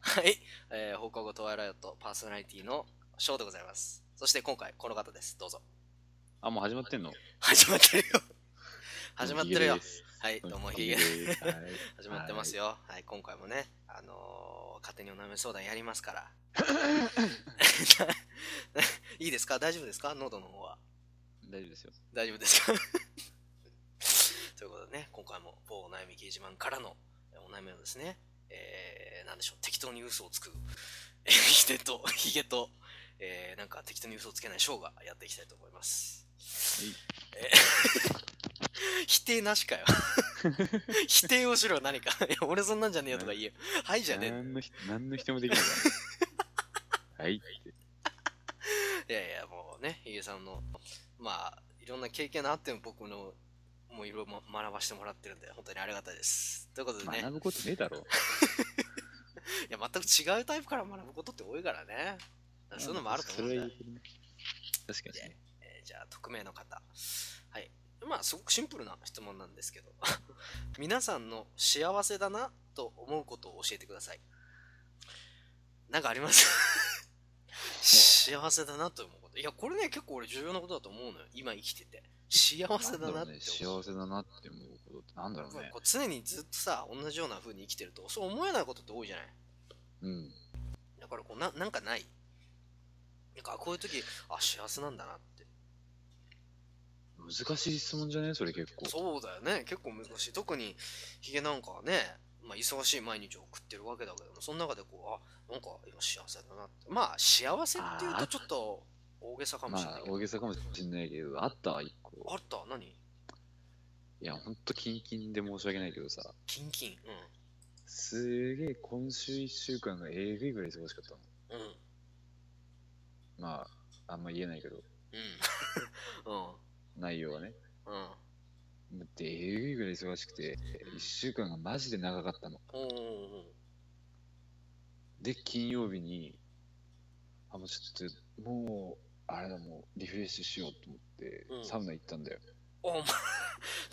はい、えー、放課後トワイライトパーソナリティのショーでございます。そして今回、この方です。どうぞ。あ、もう始まってんの始まってるよ。 始まってるよヒゲで。すはい、どうも、ひげヒゲですはい始まってますよ。はい、今回もね、あのー勝手にお悩み相談やります から。いいですか大丈夫ですか喉の方は。大丈夫ですよ。大丈夫ですか ということでね、今回も某お悩み掲示板からのお悩みをですね、えー、なんでしょう、適当に嘘をつく、 えーヒデと、ヒゲと、えー、なんか適当に嘘をつけないショーがやっていきたいと思います。否定なしかよ。 否定をしろよ、何か。 いや、俺そんなんじゃねえよとか言えよ。はいじゃねえ。何の人何の人もできないから。はいって。いやいや、もうね、ヒゲさんの、まあ、いろんな経験のあっても僕の、もういろいろ学ばしてもらってるんで、本当にありがたいです。ということでね学、ぶことねえだろ。いや、全く違うタイプから学ぶことって多いからね。だからそういうのもあると思うそんれだよは言えてるね確かにね。えーじゃあ、匿名の方。はい。まあ、すごくシンプルな質問なんですけど、 皆さんの幸せだなと思うことを教えてください。なんかあり ます幸せだなと思うこと。いや、これね、結構俺重要なことだと思うのよ。今生きてて。幸せだなんだなろっうてね。思う。幸せだなって思うことってなんだろうねこ。う常にずっとさ、同じような風に生きてると、そう思えないことって多いじゃないうん。だからこうななんかないなんかあこういう時あ幸せなんだなって難しい質問じゃねそれ結構。そうだよね結構難しい特にヒゲなんかはね、まあ、忙しい毎日を送ってるわけだけどもその中でこうあなんか今幸せだなってまあ幸せっていうとちょっと大げさかもましれないあけど、大げさかもしれないけど、あったわ一個。あ、った何いや、ほんとキンキンで申し訳ないけどさ。キンキンすげえ今週1週間がえぐいぐらい忙しかったの。うんうんまあ、あんま言えないけど、うん 内容はね。うんうんだってえぐいぐらい忙しくて、1週間がマジで長かったの。おーおーおーで、金曜日に、あ、もうちょっと、もう、あれだ、もうリフレッシュしようと思って、うんサウナ行ったんだよ。おお前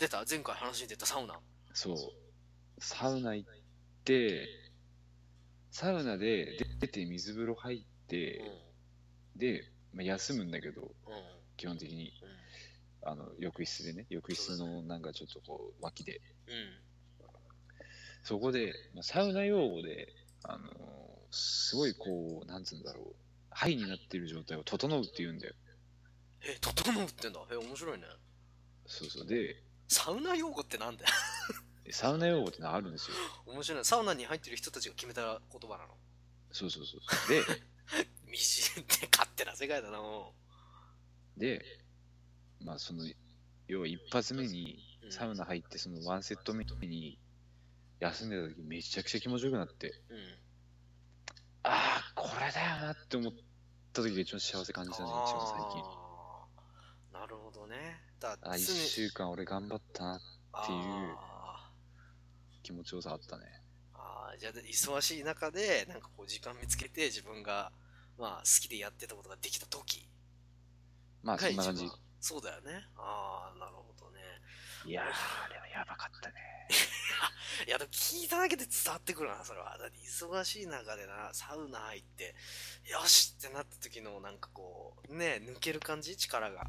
出た前回話に出たサウナそう。サウナ行って、サウナでで出て水風呂入っうんて、で、まあ、休むんだけど、うんうん基本的に、あの、浴室でね、浴室のなんかちょっとこう、脇で。うんそこで、まあサウナ用語で、あのーすごいこう、なんつうんだろう、ハイになってる状態を整うって言うんだよ。え整うってんだえ面白いねそうそう。で、サウナ用語ってなんだよサウナ用語ってのあるんですよ。 面白いサウナに入ってる人たちが決めた言葉なのそうそうそうそう。みじんって勝手な世界だなも で、で、まあその、要は一発目にうサウナナ入って、そのワンセット目に休んでた時めちゃくちゃ気持ちよくなって、うん、ああ、これだよなって思った時が一番幸せ感じたね、一番最近。あーなるほどねだあ、一週間俺頑張ったな、っていうあ気持ちよさあったね。ーあーじゃあで忙しい中でなんかこう時間見つけて自分がまあ好きでやってたことができた時まあそんなが感一じ番。そうだよねああなるほどねいやー、あれはやばかったね。いやでも聞いただけで伝わってくるなそれはだって忙しい中でなサウナ入ってよしってなった時のなんかこうね抜ける感じ力が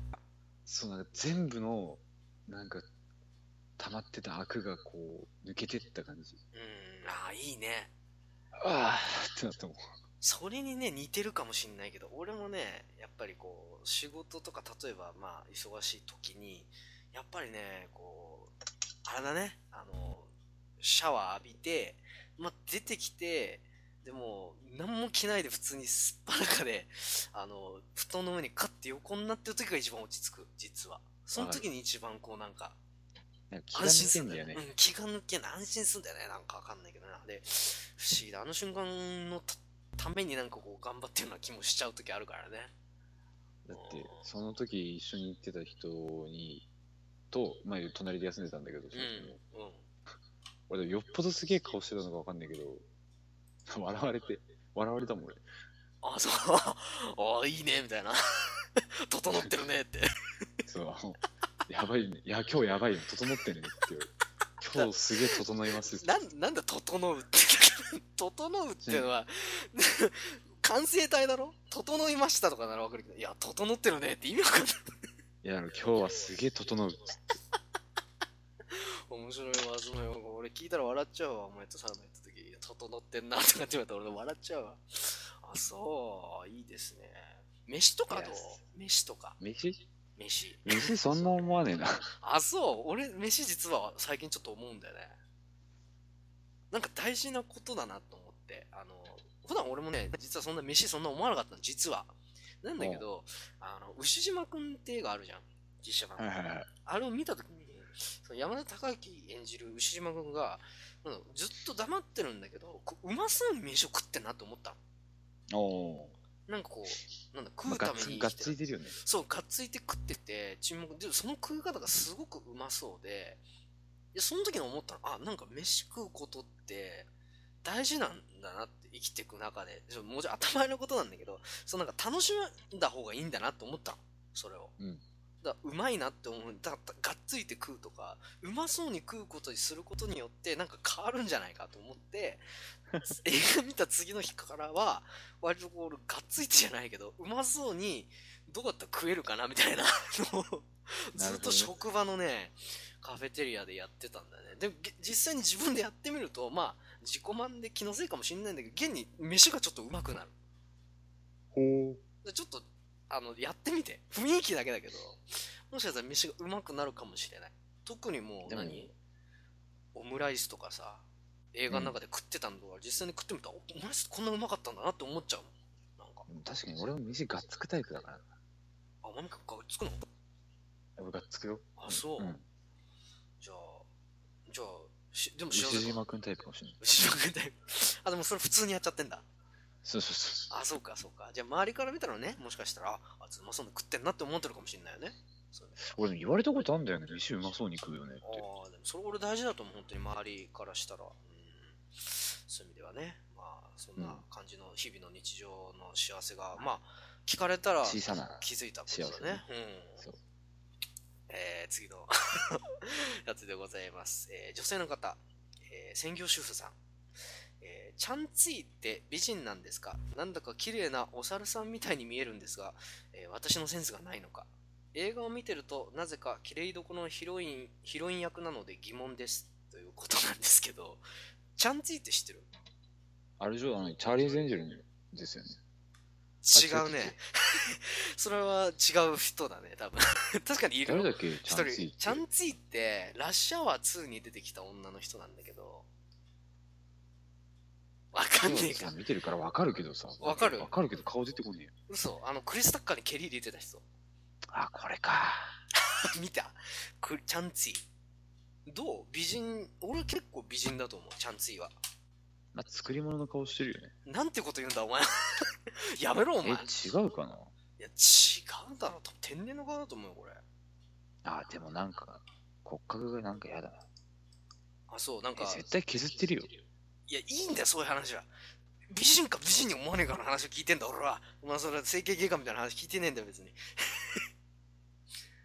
そうなんか全部の、なんか、溜まってた悪がこう、抜けてった感じ。うんああいいねああってなったもん。それにね似てるかもしんないけど俺もねやっぱりこう仕事とか例えばまあ忙しい時にやっぱりねこうあれだねあのシャワー浴びて、まあ、出てきてでも何も着ないで普通にすっぱらかであの布団の上にカッて横になってる時が一番落ち着く実はその時に一番こうなんかなんか気が抜けんだよねう。ん、気が抜けない安心すんだよねなんかわかんないけどなで不思議だあの瞬間のたためになんかこう頑張ってるような気もしちゃう時あるからねだって、その時一緒に行ってた人に、と、まあ隣で休んでたんだけど、その時もうんうん俺でもよっぽどすげえ顔してたのかわかんないけど、 笑われて、笑われたもん俺。あそう あいいねみたいな整ってるねって そう、あの やばいね。いや、今 日やばいよ。整ってねって言われて。今日すげえ整いますってなんなんだ整うって 整うっていうのは、 完成体だろ整いましたとかならわかるけど、いや、整ってるねって意味わかんない。いや、あの今日はすげえ整うっつって。面白いわ、そのよ。俺聞いたら笑っちゃうわ、お前とサウナ行った時、いや整ってんなとかって言われたら俺笑っちゃうわ。あ、そう、いいですね。飯とかどいうや飯とか、飯飯。飯そんな思わねえな。あ、そう、俺、飯実は最近ちょっと思うんだよね。なんか大事なことだなと思って。あの、普段俺もね、実はそんな飯そんな思わなかったの、実は。なんだけど、あの、牛島くんって映画あるじゃん。実写版。はいはいはい。あれを見たときに、その山田孝之演じる牛島君が、なんだろうずっと黙ってるんだけど、こううまそうに飯を食ってんなと思ったの。おおなんかこう、なんだ、ー。食まあ、うたがっめつにが生きってつる。いてるよね。そう、がっついて食ってて、沈黙で、その食い方がすごくうまそうで、でその時に思ったの、あ、なんか飯食うことって、大事なんだなって生きていく中で、ちょもちろん当たり前のことなんだけど、そうなんか楽しんだ方がいいんだなと思ったの、それを。うんだからうまいなって思う。だからがっついて食うとか、うまそうに食うことにすることによって、なんか変わるんじゃないかと思 って、映画見た次の日からは、割とこう、俺がっついてじゃないけど、うまそうに、どうやったら食えるかなみたいなのをなずるほどねっと職場のねカフェテリアでやってたんだねでもげ実際に自分でやってみるとまあ自己満で気のせいかもしれないんだけど現に飯がちょっとうまくなるほう。でちょっとあのやってみて雰囲気だけだけどもしかしたら飯がうまくなるかもしれない特にもうでも何オムライスとかさ映画の中で食ってたのとか実際に食ってみたらおオムライスこんなうまかったんだなって思っちゃうもんなんか確かに俺も飯がっつくタイプだから。あマミカがつくの俺がっつくよ。あそう、うん。じゃあ、じゃあ、しでも知ら牛ないか。島くんタイプかもしれない。牛島君だよ。あ、でもそれ普通にやっちゃってんだ。そうそうそうあ、そうか、そうか。じゃあ周りから見たらね、もしかしたら、あ、あいつうまそうに食ってんなって思ってるかもしれないよね。そうねそう。俺でも言われたことあんだよね。飯うまそうに食うよねって。ああ、でもそれ俺大事だと思う、本当に周りからしたら。うん、そういう意味ではね、まあ、そんな感じの日々の日常の幸せが、まあ、聞かれたら小さな。気づいたことだね。うん。そう。えー次の やつでございます。えー女性の方、えー専業主婦さん。えーちゃんついって美人なんですかなんだか綺麗なお猿さんみたいに見えるんですが、えー私のセンスがないのか。映画を見てると、なぜか綺麗どころのヒロイン、ヒロイン役なので疑問です。ということなんですけど、ちゃんついって知ってるあれでしょ、あの、チャーリーズ・エンジェルですよね。違うね。 それは違う人だね、多分。 確かにいるよ誰だっけチ一ャンス人イってチャンツィってラッシュアワー2に出てきた女の人なんだけどわかんねえそうかさ見てるからわかるけどさ。わかるわかるけど顔出てこねえよ。嘘あのクリスタッカーに蹴り入れてた人 あ、これか。見たクチャンツィどう美人俺結構美人だと思うチャンツィはまあ、作り物の顔してるよね。なんてこと言うんだお前 やめろおえ、前い違うかなや違うだろ多分天然の顔だと思うよこれあ、でもなんか、骨格がなんか嫌だな。あそうなんかえ絶対削ってるよ。いや、いいんだよ、そういう話は。美人か美人に思わねえかの話を聞いてんだ、俺は。お前、それ整形外科みたいな話聞いてねえんだよ、別に。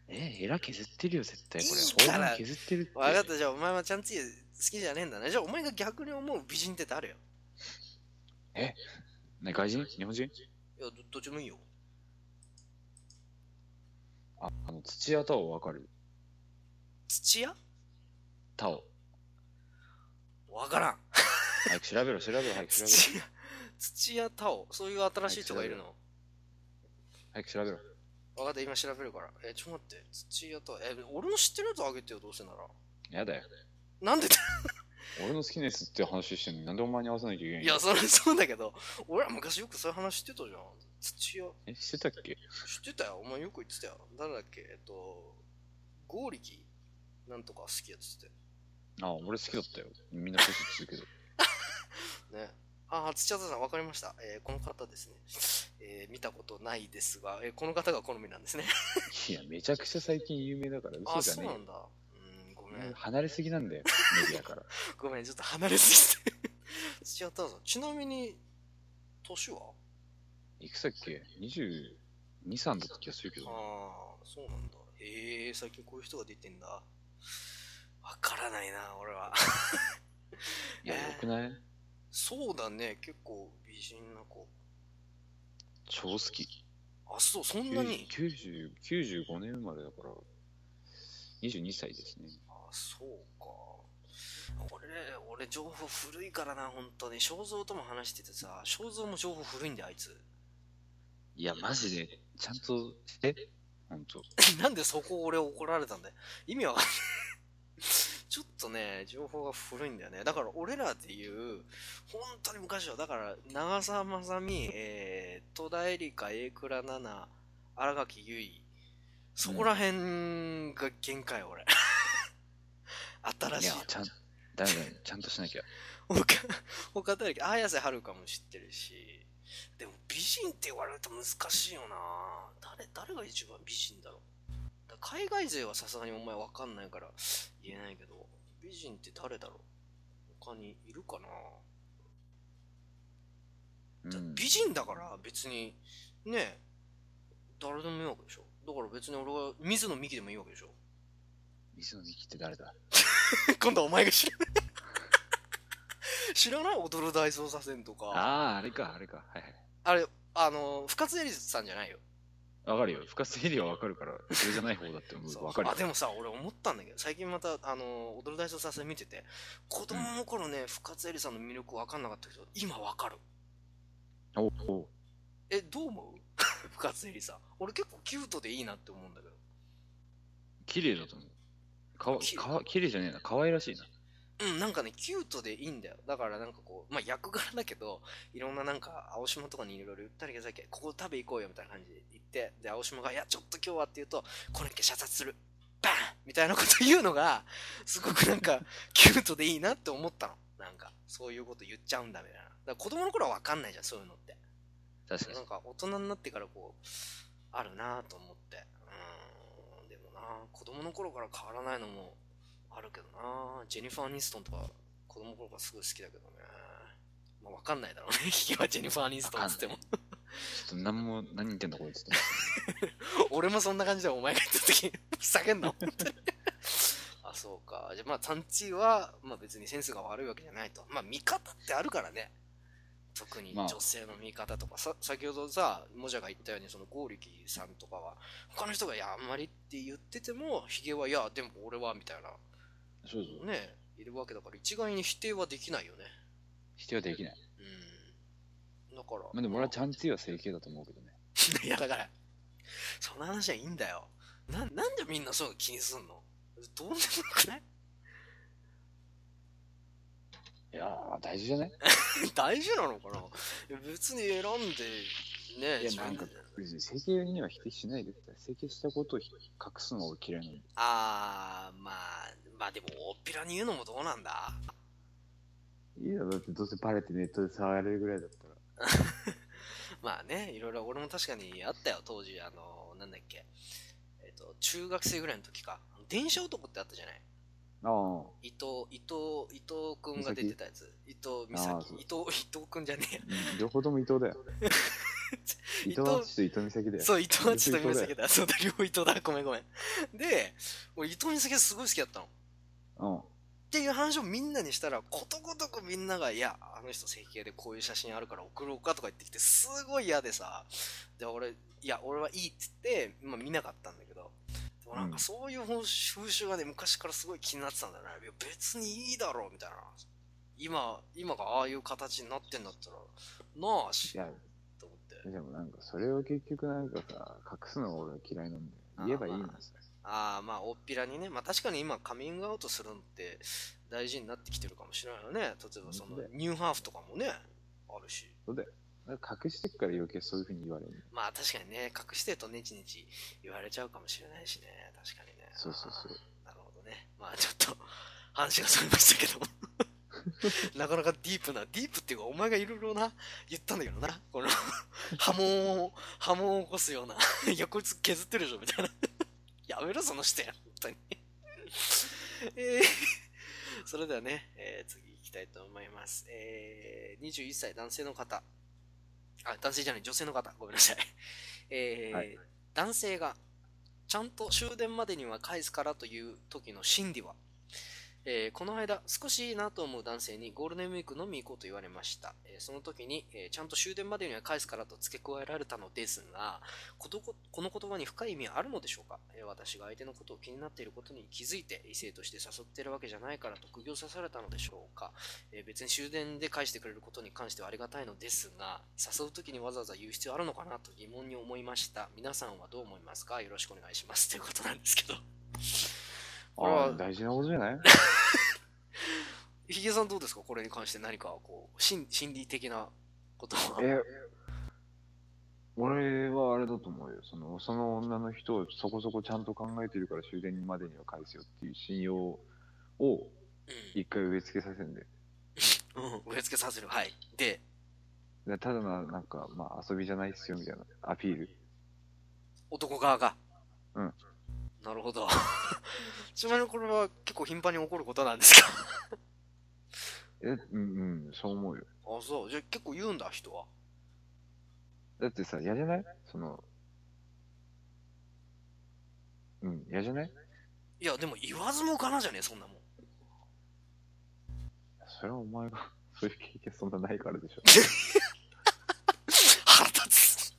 え、ヘラ削ってるよ、絶対これ。いいから俺も削ってるって。分かった、じゃあお前はちゃんつゆ好きじゃねえんだね。じゃあお前が逆に思う美人って誰よ。ね、外人日本人いや、どどっちもいいよ。あ、あの、土屋太鳳わかる土屋太鳳。わからん。早く調べろ、調べろ、早く調べろ。土屋、土屋太鳳。そういう新しい人がいるの。早く調べろ。分かった、今調べるから。え、ちょっと待って、土屋太鳳。え、俺の知ってるやつあげてよ、どうせなら。やだよ。なんでだ俺の好きなやつって話してんのになんでお前に合わせなきゃいけないいのや、それそうだけど、俺ら昔よくそういう話してたじゃん。土屋。え、してたっけ知ってたよ。お前よく言ってたよ。誰だっけえっと、ゴーリキなんとか好きやつって。あ、俺好きだったよ。みんなポシッてするね。ああ、土屋さん、わかりました。えーこの方ですね。えー見たことないですが、えーこの方が好みなんですね。けど。 いや、めちゃくちゃ最近有名だからあ嘘あ、じゃそうねなんだ。うん、ごえめよ。ん。離れすぎなんだよ、メディアから。ごめん、ちょっと離れすぎて。土屋太鳳さん、ちなみに、年はいくつだっけ ?22、3だった気がするけど。ああ、そうなんだ。へえー、最近こういう人が出てんだ。わからないな、俺は。いや、えーよくないそうだね、結構美人な子。超好き。あ、そう、そんなに。 90 95年生まれだから、22歳ですね。あ、そうか。俺、俺、情報古いからな、本当に。肖像とも話しててさ、肖像も情報古いんだよ、あいつ。 いや、マジで、ちゃんとして、ほんと。なんでそこ俺怒られたんだよ。意味わかんない。 ちょっとね、情報が古いんだよね。だから俺らっていう、本当に昔は、だから、長澤まさみ、えー、戸田恵梨香、榮倉奈々、新垣結衣、そこら辺が限界、俺。 新いしいや。、ちゃん、だめだめ、ちゃんとしなきゃ。 他、他誰か、綾瀬はるかも知ってるし、でも美人って言われると難しいよな誰、誰が一番美人だろうだ海外勢はさすがにお前わかんないから言えないけど、美人って誰だろう他にいるかな、うだん、美人だから別に、ねえ、誰でもいいわけでしょだから別に俺は水野美紀でもいいわけでしょ 水野美紀って誰だ今度はお前が知らない 知らない踊る大捜査線とか。ああー、あれか、あれか。はいはい。あれ、あの、深津絵里さんじゃないよ。わかるよ。深津絵里はわかるから、それじゃない方だって思そうう。わかるよあ。でもさ俺思ったんだけど最近またあの踊る大捜査線見てて子供の頃ね、深津絵里さんの魅力分かんなかったけど今分かるおおえどう思う深津絵里さん俺結構キュートでいいなって思うんだけど綺麗だと思う。かわ、かわ、綺麗じゃねえな。可愛らしいな。うんなんかねキュートでいいんだよだからなんかこうまあ役柄だけどいろんななんか青島とかにいろいろ言ったりさっきここ食べ行こうよみたいな感じで行ってで青島が「いやちょっと今日は」って言うと「これだけ射殺するバン!」みたいなこと言うのがすごくなんかキュートでいいなって思ったのなんかそういうこと言っちゃうんだみたいなだから子供の頃は分かんないじゃんそういうのって確かなにん。か大人になってからこうあるなと思ってうーんでもな子供の頃から変わらないのもあるけどなジェニファー・アニストンとか子供の頃からすごい好きだけどねまあ分かんないだろうね 今ジェニファー・アニストンっつってもわちょっと何も、何言ってんだこいつって。 俺もそんな感じでお前が言った時ふざけんな本当 にあそうかじゃあまあ探知は、まあ、別にセンスが悪いわけじゃないとまあ見方ってあるからね特にまあ女性の見方とか、さ先ほどさもじゃが言ったようにその剛力さんとかは他の人が「いやあんまり」って言っててもヒゲは「いやでも俺は」みたいなそうそう。ねいるわけだから一概に否定はできないよね否定はできない。うんだからまあでも俺はちゃんついは整形だと思うけどね。いやだから、その話はいいんだよ。な、なんでみんなそういうの気にすんのどうでもよくないいやー、大事じゃない 大事なのかないや別に選んで、ね、いや、自な分んでか、別に整形には否定しないでください。整形したことを隠すのは俺嫌いなの。あー、まあ、まあでも、大っぴらに言うのもどうなんだいいよ、だってどうせバレてネットで騒がれるぐらいだったら。まあね、いろいろ俺も確かにあったよ、当時、あの、なんだっけ。えっと、中学生ぐらいの時か。電車男ってあったじゃないあ伊藤、伊藤、伊藤くんが出てたやつ。伊藤美咲あーそう。伊藤、伊藤くんじゃねえや。あ、両方とも伊藤だよ。 伊伊藤藤淳と伊藤美咲だよ。そう、伊藤淳と美咲だ。そうだ、両伊藤だ。ごめんごめん。で、俺伊藤美咲がすごい好きだったの。っうん。ていう話をみんなにしたら、ことごとくみんなが、いや、あの人整形でこういう写真あるから送ろうかとか言ってきて、すごい嫌でさ。で、俺、いや、俺はいいっつって、まあ見なかったんだけど。でもなんうかんそういう風習がね、昔からすごい気になってたんだよね。いや、別にいいだろう、みたいな。今、今がああいう形になってんだったら、なあし、いや、と思って。でもなんか、それを結局なんかさ、隠すのは俺は嫌いなんだあーよ。言えばいいのまあさ。ああまあ大っぴらにねまあ確かに今カミングアウトするのって大事になってきてるかもしれないよね例えばその本当だよニューハーフとかもねあるしだから隠してっから余計そういうふうに言われるんだよ。まあ確かにね隠してるとねちねち言われちゃうかもしれないしね確かにねそうそうそう。なるほどねまあちょっと話がそれました けどもなかなかディープなディープっていうかお前がいろいろな言ったんだけどなこの波紋を波紋を起こすようないやこいつ削ってるでしょみたいなやめろその視点本当にえーそれではね、えー次行きたいと思います、えー21歳男性の方あ男性じゃない女性の方ごめんなさい、えーはい男性がちゃんと終電までには返すからという時の心理は、えーこの間、少しいいなと思う男性にゴールデンウィーク飲み行こうと言われました。えーその時に、えーちゃんと終電までには返すからと付け加えられたのですが、ことここの言葉に深い意味はあるのでしょうか、えー私が相手のことを気になっていることに気づいて異性として誘っているわけじゃないからと苦行さされたのでしょうか、えー別に終電で返してくれることに関してはありがたいのですが、誘う時にわざわざ言う必要あるのかなと疑問に思いました。皆さんはどう思いますかよろしくお願いします。ということなんですけど。 これはああ、大事なことじゃないヒゲさんどうですかこれに関して何かこう心心理的なことは。え、俺はあれだと思うよ。その、その女の人をそこそこちゃんと考えてるから終電までには返すよっていう信用を一回植え付けさせんで。うん、うん植え付けさせる。はい。で、でただの、なんか、まあ遊びじゃないっすよみたいなアピール。男側が。うん。なるほど。 ちなみにこれは結構頻繁に起こることなんですかえ、うん、うん、そう思うよ。あ、そう。じゃあ結構言うんだ、人は。だってさ、嫌じゃないその、うん、嫌じゃないいや、でも言わずもがなじゃねえ、そんなもん。それはお前が、 そういう経験そんなないからでしょ。 腹立つ。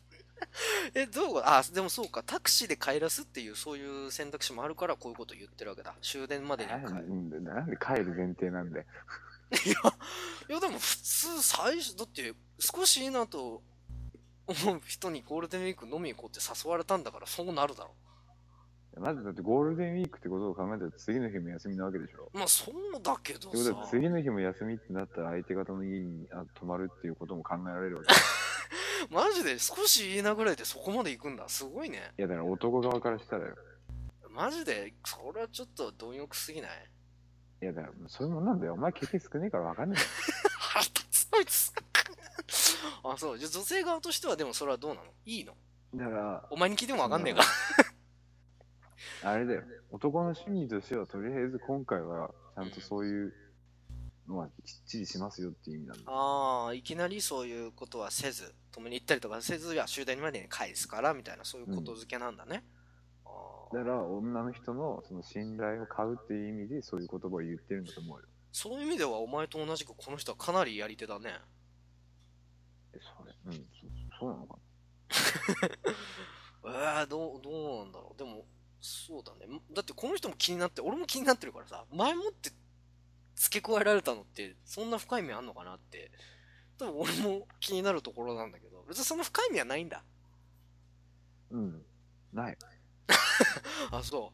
え、どうあ、でもそうか。タクシーで帰らすっていう、そういう選択肢もあるから、こういうこと言ってるわけだ。終電までになはん帰でる。うんなんで帰る前提なんで。いや、いやでも普通最初、だって少しいいなと思う人にゴールデンウィーク飲みに行こうって誘われたんだからそうなるだろまずだってゴールデンウィークってことを考えたら次の日も休みなわけでしょ。う。まあそうだけどってことさは、次の日も休みってなったら相手方の家にあ泊まるっていうことも考えられるわけ。いマジで少しいいなぐらいでそこまで行くんだ。すごいね。やだから男側からしたらよ。マジで、それはちょっと貪欲すぎない いやだからそういうもんなんだよ。お前経験少ねえからわかんない。腹立つこいつ。 あ、そう。じゃあ女性側としてはでもそれはどうなのいいのだから、お前に聞いてもわかんねえから。あれだよ。男の趣味としてはとりあえず今回はちゃんとそういうのはきっちりしますよっていう意味なんだ。ああ、いきなりそういうことはせず、止めに行ったりとかせず、いや、終電までに返すから、みたいな、そういうことづけなんだね。あーだから女の人のその信頼を買うっていう意味でそういう言葉を言ってるんだと思うよ。そういう意味では、お前と同じくこの人はかなりやり手だね。えそれ、うん、そそうなのかえー、どう、どうなんだろう。でも、そうだね。だってこの人も気になって、俺も気になってるからさ、前もって付け加えられたのって、そんな深い意味あんのかなって、多分俺も気になるところなんだけど、別にその深い意味はないんだ。なうん。ない。あ、そ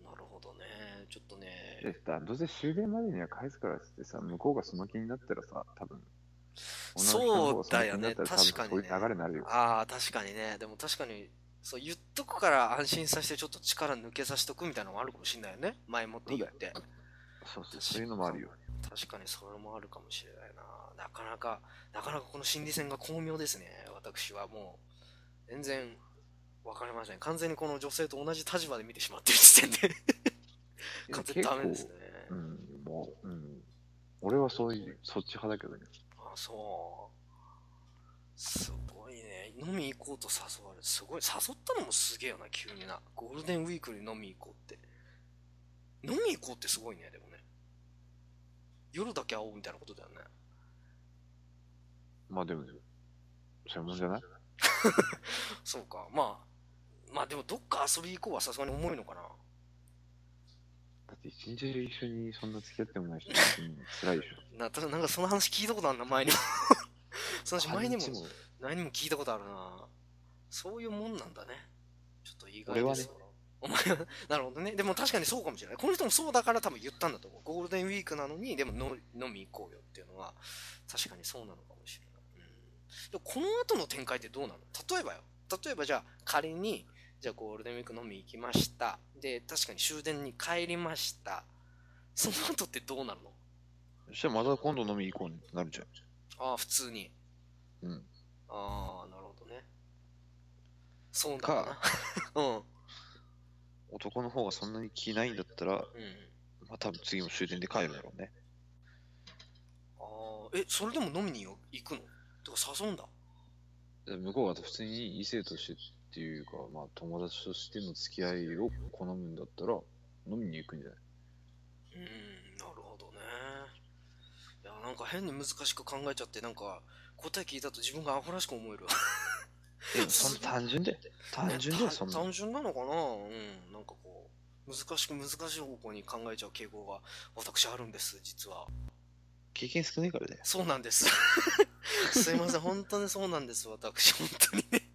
う。なるほどね。ちょっとね。でさ、どうせ終電までには返すからっつってさ、向こうがその気になったらさ、多分そうだよね女の人確かの方がその気になったら多分にねそういう流れになるよ。ああ、確かにね。でも確かに、そう、言っとくから安心させて、ちょっと力抜けさせとくみたいなのもあるかもしれないよね。前もって言って。そうそう、そういうのもあるよ。確かにそれもあるかもしれないな。なかなか、なかなかこの心理戦が巧妙ですね。私はもう、全然、わかりません。完全にこの女性と同じ立場で見てしまってる時点で、完全にダメですね。結構。うん、もう、うん。俺はそういう、そっち派だけどね。あ、そう。すごいね。飲み行こうと誘われる。すごい。誘ったのもすげえよな、急にな。ゴールデンウィークに飲み行こうって。飲み行こうってすごいね、でもね。夜だけ会おうみたいなことだよね。まあでも、そういうもんじゃないそうか。まあ、まあでもどっか遊び行こうはさすがに重いのかな。だって一日中一緒にそんな付き合ってもない人に、うん辛いでしょ。な、ただなんかその話聞いたことあるな、前にも。その話前にも半日、前にも聞いたことあるな。そういうもんなんだね。ちょっと意外俺はでねすわ。お前は、なるほどね。でも確かにそうかもしれない。この人もそうだから多分言ったんだと思う。ゴールデンウィークなのに、でもの飲み行こうよっていうのは、確かにそうなのかもしれない。うん、でもこの後の展開ってどうなの例えばよ。例えばじゃあ仮に、じゃあゴールデンウィーク飲み行きました。で、確かに終電に帰りました。その後ってどうなるのそしたらまた今度飲み行こうねってなるじゃああ、普通に。ん。うん。ああ、なるほどね。そうだな。 うん。うん。男の方がそんなに気ないんだったら、まあ多分次も終電で帰るだろうね。ああ、え、それでも飲みに行くのてか誘うんだ。向こうが普通に異性としてっていうか、まあ友達としての付き合いを好むんだったら、飲みに行くんじゃないうん。なんか変に難しく考えちゃってなんか答え聞いたと自分がアホらしく思えるわえ、そん単純で。単純だよ、 たそんなの。単純なのかなうんなんかこう難しく難しい方向に考えちゃう傾向が私あるんです実は経験少ないからだよ。そうなんですすいません本当にそうなんです私本当にね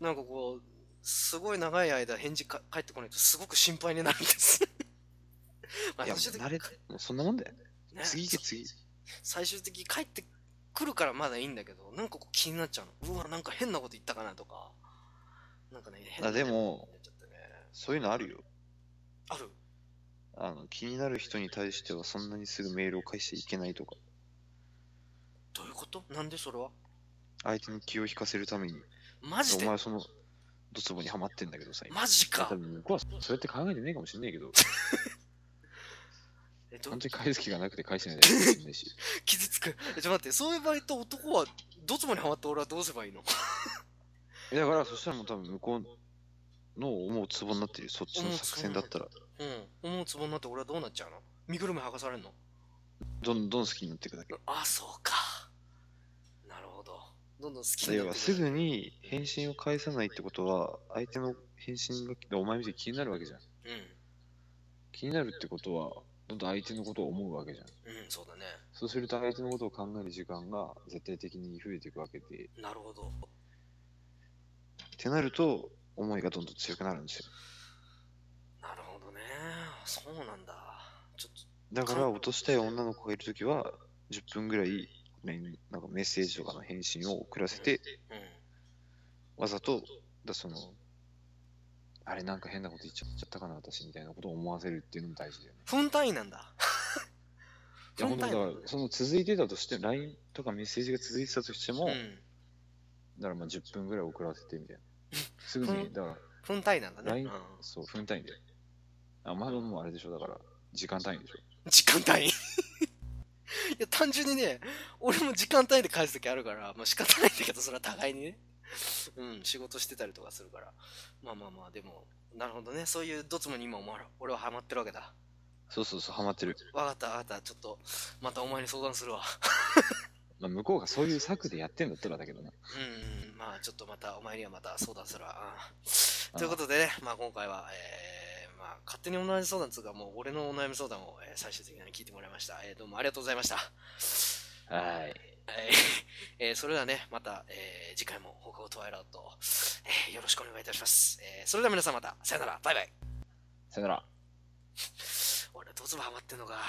なんかこうすごい長い間返事か返ってこないとすごく心配になるんですまあいや、もう最終的慣れもうそんなもんだよ。ね次行け、次。最終的に帰ってくるからまだいいんだけどなんかこう気になっちゃうのうわなんか変なこと言ったかなとかなんかね変なあでも気になっちゃってねそういうのあるよ。あるあの、気になる人に対してはそんなにすぐメールを返していけないとか、どういうことなんでそれは相手に気を引かせるために、マジおで前はその、ドツボにはまってんだけどさ、今。マジか多分向こうはそうやって考えてないかもしれないけど、えっと本当に返す気がなくて返してないだけかもしれないし。傷つくえちょっと待ってそういう場合と男はどつもにハマって俺はどうすればいいのえだから、そしたらもう多分向こうの思うツボになってる、そっちの作戦だったら、うん思うつぼになって俺はどうなっちゃうの身ぐるみ剥がされんのどんどん好きになっていくだけ。あそうかなるほどどんどん好きに要なはってすくるぐに返信を返さないってことは相手の返信がお前みたいに気になるわけじゃんう気になるってことは、どんどん相手のことを思うわけじゃん。んうんそうだねそうすると相手のことを考える時間が絶対的に増えていくわけで、なるほどってなると思いがどんどん強くなるんですよなるほどねそうなんだちょっだから落としたい女の子がいるときは10分ぐらいメンなんかメッセージとかの返信を送らせてとうんわざとだそのあれなんか変なこと言っちゃったかな、私みたいなことを思わせるっていうのも大事だよね。分単位なんだいや、本当にだからん、だその続いてたとして、LINE とかメッセージが続いてたとしても、うんだからまあ10分ぐらい遅らせてみたいな。すぐうに、んだから、分単位なんだね、 LINE うんそう、分単位で。あ、まだもうあれでしょ、だから、時間単位でしょ。時間単位 いや単純にね俺も時間単位で返す時あるからまあ仕方ないんだけどそれは互いにねうん仕事してたりとかするからまあまあまあでもなるほどねそういうどつもに今お前ら俺はハマってるわけだそうそうそうハマってるわかったわかったちょっとまたお前に相談するわまあ、向こうがそういう策でやってんだったらだけどね。うんうん、まあちょっとまたお前にはまた相談するわ。うんあということでね、まあ今回は、えーまあ勝手にお悩み相談つうか、もう俺のお悩み相談を、えー最終的に聞いてもらいました。えーどうもありがとうございました。はい。 えーえーそれではね、また、えー次回も放課後トワイライト、えーよろしくお願いいたします。えーそれでは皆さんまた、さよなら、バイバイ。さよなら。俺、どうぞハマってんのか。